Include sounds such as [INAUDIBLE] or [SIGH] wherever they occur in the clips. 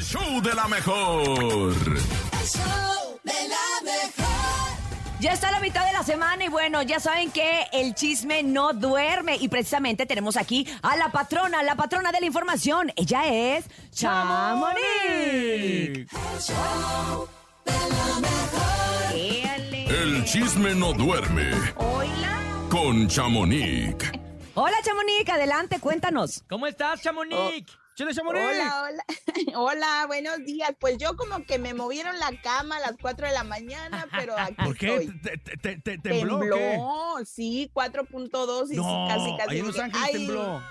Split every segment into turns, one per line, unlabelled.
show de la mejor.
Ya está la mitad de la semana y bueno, ya saben que el chisme no duerme y precisamente tenemos aquí a la patrona, la patrona de la información. Ella es Chamonix. Éale.
El chisme no duerme
Hola.
con Chamonix.
Hola Chamonix, adelante, cuéntanos.
¿Cómo estás, Chamonix? ¡Chile, Chamonix!
Hola, hola, [LAUGHS] hola, buenos días. Pues yo como que me movieron la cama a las 4 de la mañana,
[LAUGHS]
pero aquí
¿Por qué?
estoy.
¿Te, te- te- te- tembló? o qué?
sí, 4.2 y sí,
No,
casi, casi.
ahí en Los
dije,
Ángeles
ay,
tembló.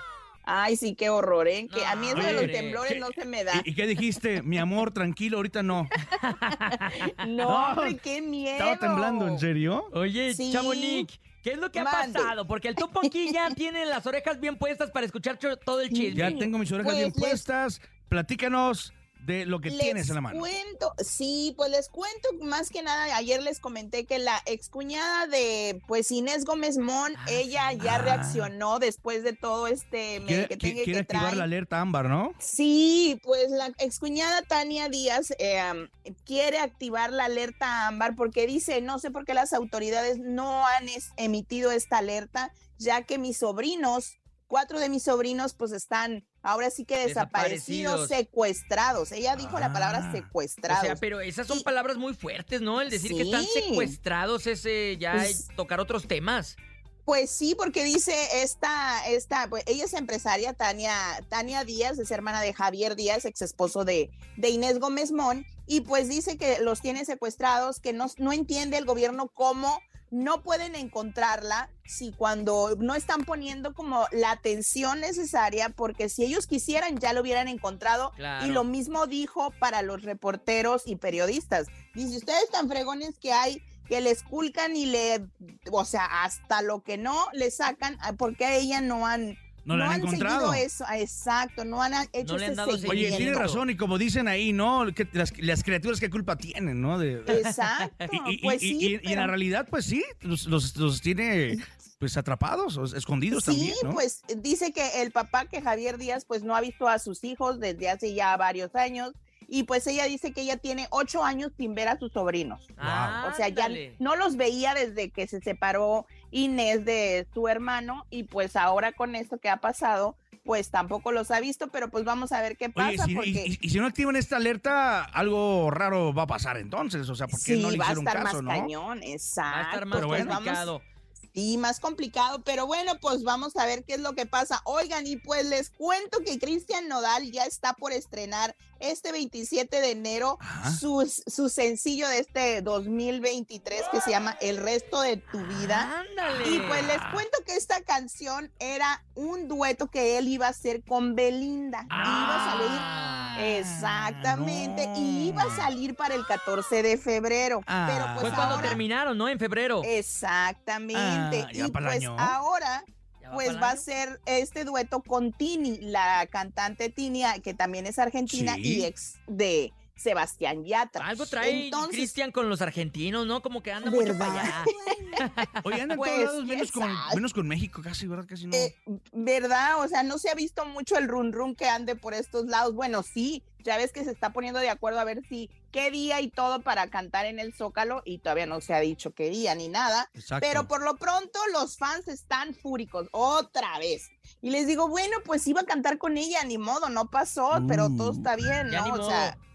ay, sí, qué horror, ¿eh? Que a mí eso de los
Oye,
temblores
¿qué-
no se me da.
¿Y, y qué dijiste? Mi amor, tranquilo, ahorita no.
[LAUGHS] No,
No,
hombre, qué miedo.
Estaba temblando, ¿en serio?
Oye,
Sí.
Chamonix, ¿qué es lo que ha
Mande.
pasado? Porque el Topo aquí
[LAUGHS]
ya tiene las orejas bien puestas para escuchar cho- todo el chisme.
Ya tengo mis orejas
Pues,
bien
les-
puestas. Platícanos de lo que tienes en la mano.
Cuento, sí, pues les cuento más que nada, ayer les comenté que la excuñada de pues Inés Gómez Mon, ella ya
ah.
reaccionó después de todo este
Quiere,
medio que tenga
qui- quiere
que
activar
trae.
la alerta ámbar, ¿no?
Sí, pues la excuñada Tania Díaz eh, am, quiere activar la alerta ámbar porque dice, no sé por qué las autoridades no han es- emitido esta alerta, ya que mis sobrinos, cuatro de mis sobrinos, pues están ahora sí que desaparecidos,
Desaparecidos.
secuestrados. Ella dijo la
Ah,
palabra
O
secuestrados.
sea, pero esas son
Y-
palabras muy fuertes, ¿no? El decir que están
Sí.
secuestrados es eh, ya
Pues-
eh, tocar otros temas.
Pues sí, porque dice esta, esta, pues ella es empresaria, Tania, Tania Díaz, es hermana de Javier Díaz, ex esposo de, de Inés Gómez Mon, y pues dice que los tiene secuestrados, que no, no entiende el gobierno cómo no pueden encontrarla si cuando no están poniendo como la atención necesaria, porque si ellos quisieran ya lo hubieran encontrado.
Claro.
Y lo mismo dijo para los reporteros y periodistas. Dice, ustedes tan fregones que hay que les culcan y le, o sea, hasta lo que no le sacan, ah, porque a ella no han,
No la han encontrado.
seguido eso, ah, exacto, no han ah, hecho
No le han
ese
dado
seguimiento.
Oye,
Bien.
tiene razón, y como dicen ahí, ¿no? Que las, las criaturas, ¿qué culpa tienen, no? De-
Exacto,
y, y-
pues
y-
sí,
y- y en la
pero-
realidad, pues sí, los, los- los tiene pues atrapados, o escondidos
Sí,
también, ¿no?
pues dice que el papá, que Javier Díaz, pues no ha visto a sus hijos desde hace ya varios años. Y pues ella dice que ella tiene ocho años sin ver a sus sobrinos.
Ah,
O sea, ya
ándale.
no los veía desde que se separó Inés de su hermano y pues ahora con esto que ha pasado, pues tampoco los ha visto, pero pues vamos a ver qué pasa
Oye, si- y-
porque
y, y si no activan esta alerta, algo raro va a pasar entonces, o sea, porque
sí,
no le
va a
hicieron
estar más
caso, ¿no?
cañón, exacto.
Va a estar más
pero
pues
bueno.
vamos,
complicado.
sí, más complicado, pero bueno, pues vamos a ver qué es lo que pasa. Oigan, y pues les cuento que Cristian Nodal ya está por estrenar este 27 de enero
Ajá.
su, su sencillo de este 2023 que se llama El resto de tu vida.
Ándale.
Y pues les cuento que esta canción era un dueto que él iba a hacer con Belinda. Y iba
Ah.
a salir. Exactamente.
no.
Y iba a salir para el 14 de febrero.
Ah.
pero pues
Fue cuando
ahora. Eh,
terminaron, ¿no? En febrero.
Exactamente.
Ah, ya
y
pa'l
pues
año.
ahora.
Ya
Pues
pa'l
va a
año.
ser este dueto con Tini, la cantante Tini, a- que también es argentina
Sí.
y ex de Sebastián Yatra.
Algo trae
Entonces,
Cristian con los argentinos, ¿no? Como que anda mucho para
¿Verdad?
allá.
Oye, andan
Pues,
todos lados, menos
quién
con,
sabe.
menos con México casi, ¿verdad? Casi no.
Eh, ¿Verdad? O sea, no se ha visto mucho el run run que ande por estos lados. Bueno, sí, ya ves que se está poniendo de acuerdo a ver si qué día y todo para cantar en el Zócalo y todavía no se ha dicho qué día ni nada.
Exacto.
Pero por lo pronto los fans están fúricos otra vez. Y les digo, bueno, pues iba a cantar con ella, ni modo, no pasó, pero todo
Uh,
está bien,
ya
¿no?
ni
O sea,
modo.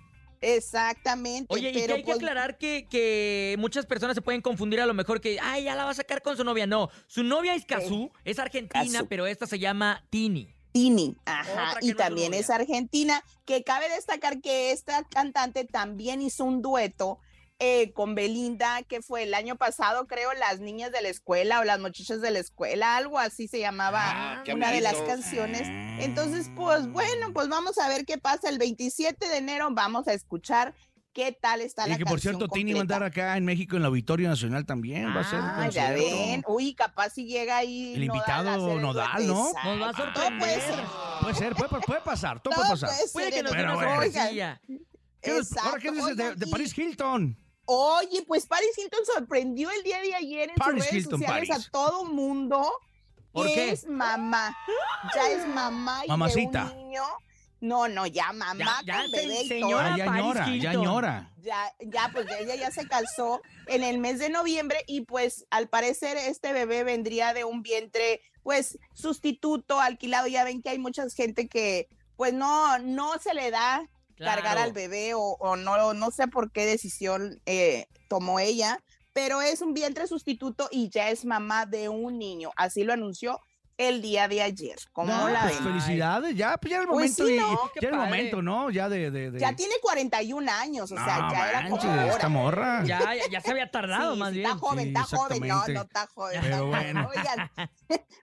exactamente.
Oye, y que
pero
hay que
pues-
aclarar que, que muchas personas se pueden confundir a lo mejor que, ay, ya la va a sacar con su novia. No, su novia es Kazú, es argentina,
Cazzu.
pero esta se llama Tini.
Tini, ajá,
Otra que
y
no es
también
rubia.
es argentina, que cabe destacar que esta cantante también hizo un dueto eh, con Belinda, que fue el año pasado, creo, las niñas de la escuela o las muchachas de la escuela, algo así se llamaba
Ah, qué
una de las
bonito.
canciones.
Ah.
Entonces, pues bueno, pues vamos a ver qué pasa el 27 de enero, vamos a escuchar qué tal está
Y
la
que
canción
por cierto, Tini va a
completa.
andar acá en México en el Auditorio Nacional también. va a ser un
Ah, ya
concierto.
ven. Uy, capaz si llega ahí.
El
Nodal a
invitado
hacer el
Nodal,
dueto.
¿no? Ah,
Exacto.
Nos va a sorprender.
Todo Ah, puede ser.
Puede ser, puede, puede pasar, todo, puede pasar.
Puede que nos dé
Pero
una
bueno.
sorpresilla.
¿Qué nos- ahora, ¿qué
pues, Exacto,
dices de,
oigan,
de
y-
Paris Hilton?
Oye, pues Paris Hilton sorprendió el día de ayer en
Paris
sus redes
Hilton,
sociales
Paris.
a todo mundo.
¿Por
que
qué?
Es mamá. Ya es mamá y de
Mamacita.
un niño No, no, ya mamá
Ya- ya
con
se-
bebé y
señora.
todo.
Ah, ya
Paris
ñora, ya
Hilton.
ñora.
Ya, ya, pues ella ya se casó en el mes de noviembre y pues al parecer este bebé vendría de un vientre pues sustituto, alquilado. Ya ven que hay mucha gente que pues no, no se le da cargar
Claro.
al bebé o, o no, no sé por qué decisión eh, tomó ella, pero es un vientre sustituto y ya es mamá de un niño. Así lo anunció el día de ayer. ¿Cómo
No,
la
pues
ven?
felicidades, ya, pues ya era el
Pues
momento.
sí,
y-
¿no?
Qué
Ya era el
padre.
momento, ¿no? Ya de. de, de-
Ya tiene 41 años, o sea,
No,
ya era como
manches, esta
ahora.
morra.
Ya, ya, ya se había tardado
Sí,
más
sí,
bien.
Está joven,
Sí,
está joven. No,
exactamente.
no está joven. [LAUGHS]
Pero
está joven.
bueno.
Oigan,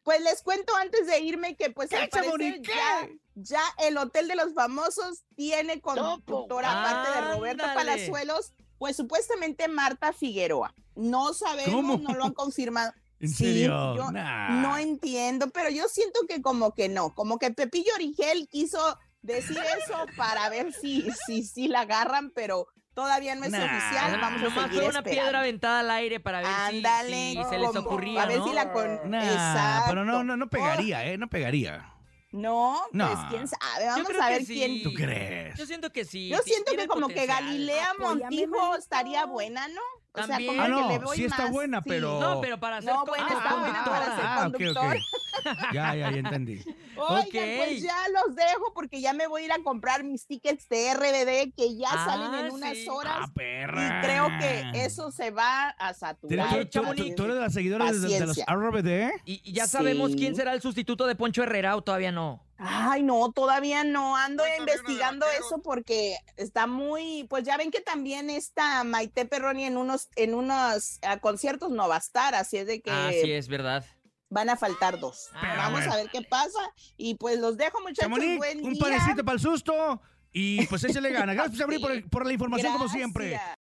pues les cuento antes de irme que pues al
Cacha,
parecer
Monique.
ya, ya el Hotel de los Famosos tiene conductora aparte de Roberto
Ándale.
Palazuelos, pues supuestamente Marta Figueroa. No sabemos,
¿Cómo? Ah.
no lo han
[LAUGHS]
confirmado.
¿En
Sí,
serio?
yo
Nah.
No entiendo, pero yo siento que como que no, como que Pepillo Origel quiso decir eso para ver si, si, si la agarran, pero todavía no es
Nah.
oficial. Vamos a
Nomás
seguir
fue una piedra
esperando.
aventada al aire para ver si-
Ándale,
si, se les
como-
ocurría,
a ver
¿no?
si la con...
Nah,
Exacto.
Pero no, no, no pegaría, ¿eh? No pegaría.
No,
No.
pues quién sabe, vamos
creo
a
que
ver
sí.
quién.
¿Tú crees?
Yo siento que sí.
Yo
ti-
siento que
tiene
como que
potencial.
Galilea
Apóyame,
Montijo
manito.
estaría buena, ¿no? O sea,
También.
como
Ah,
que
no,
le doy
sí está
más,
buena,
sí.
pero-
No, pero para hacer
No,
co- Ah,
buena, está buena para ser
ah, ok, ok.
conductor.
[LAUGHS] Ya, ya,
[LAUGHS]
ya entendí.
Oigan,
Ok.
pues ya los dejo porque ya me voy a ir a comprar mis tickets de RBD que ya
Ah,
salen en unas
sí.
horas.
Ah, perra.
y creo que eso se va a
¿Tú,
saturar.
tú- tú-
Chamonix.
tú eres de las seguidoras de, de los
Paciencia.
RBD?
Y, y ya sabemos
Sí.
quién será el sustituto de Poncho Herrera o todavía no.
Ay, no, todavía no. Ando
Cuéntame una de
investigando
vaqueros.
eso porque está muy, pues ya ven que también esta Maite Perroni en unos, en unos ah, conciertos no va a estar, así es de que
Ah, sí, es verdad.
van a faltar dos.
Ah,
Vamos
bueno.
a ver qué pasa y pues los dejo muchachos.
Chamonix,
Buen
un
día. [LAUGHS]
panecito para el susto y pues échale gana. Gracias, Chamonix, por, por la información como siempre.
Gracias.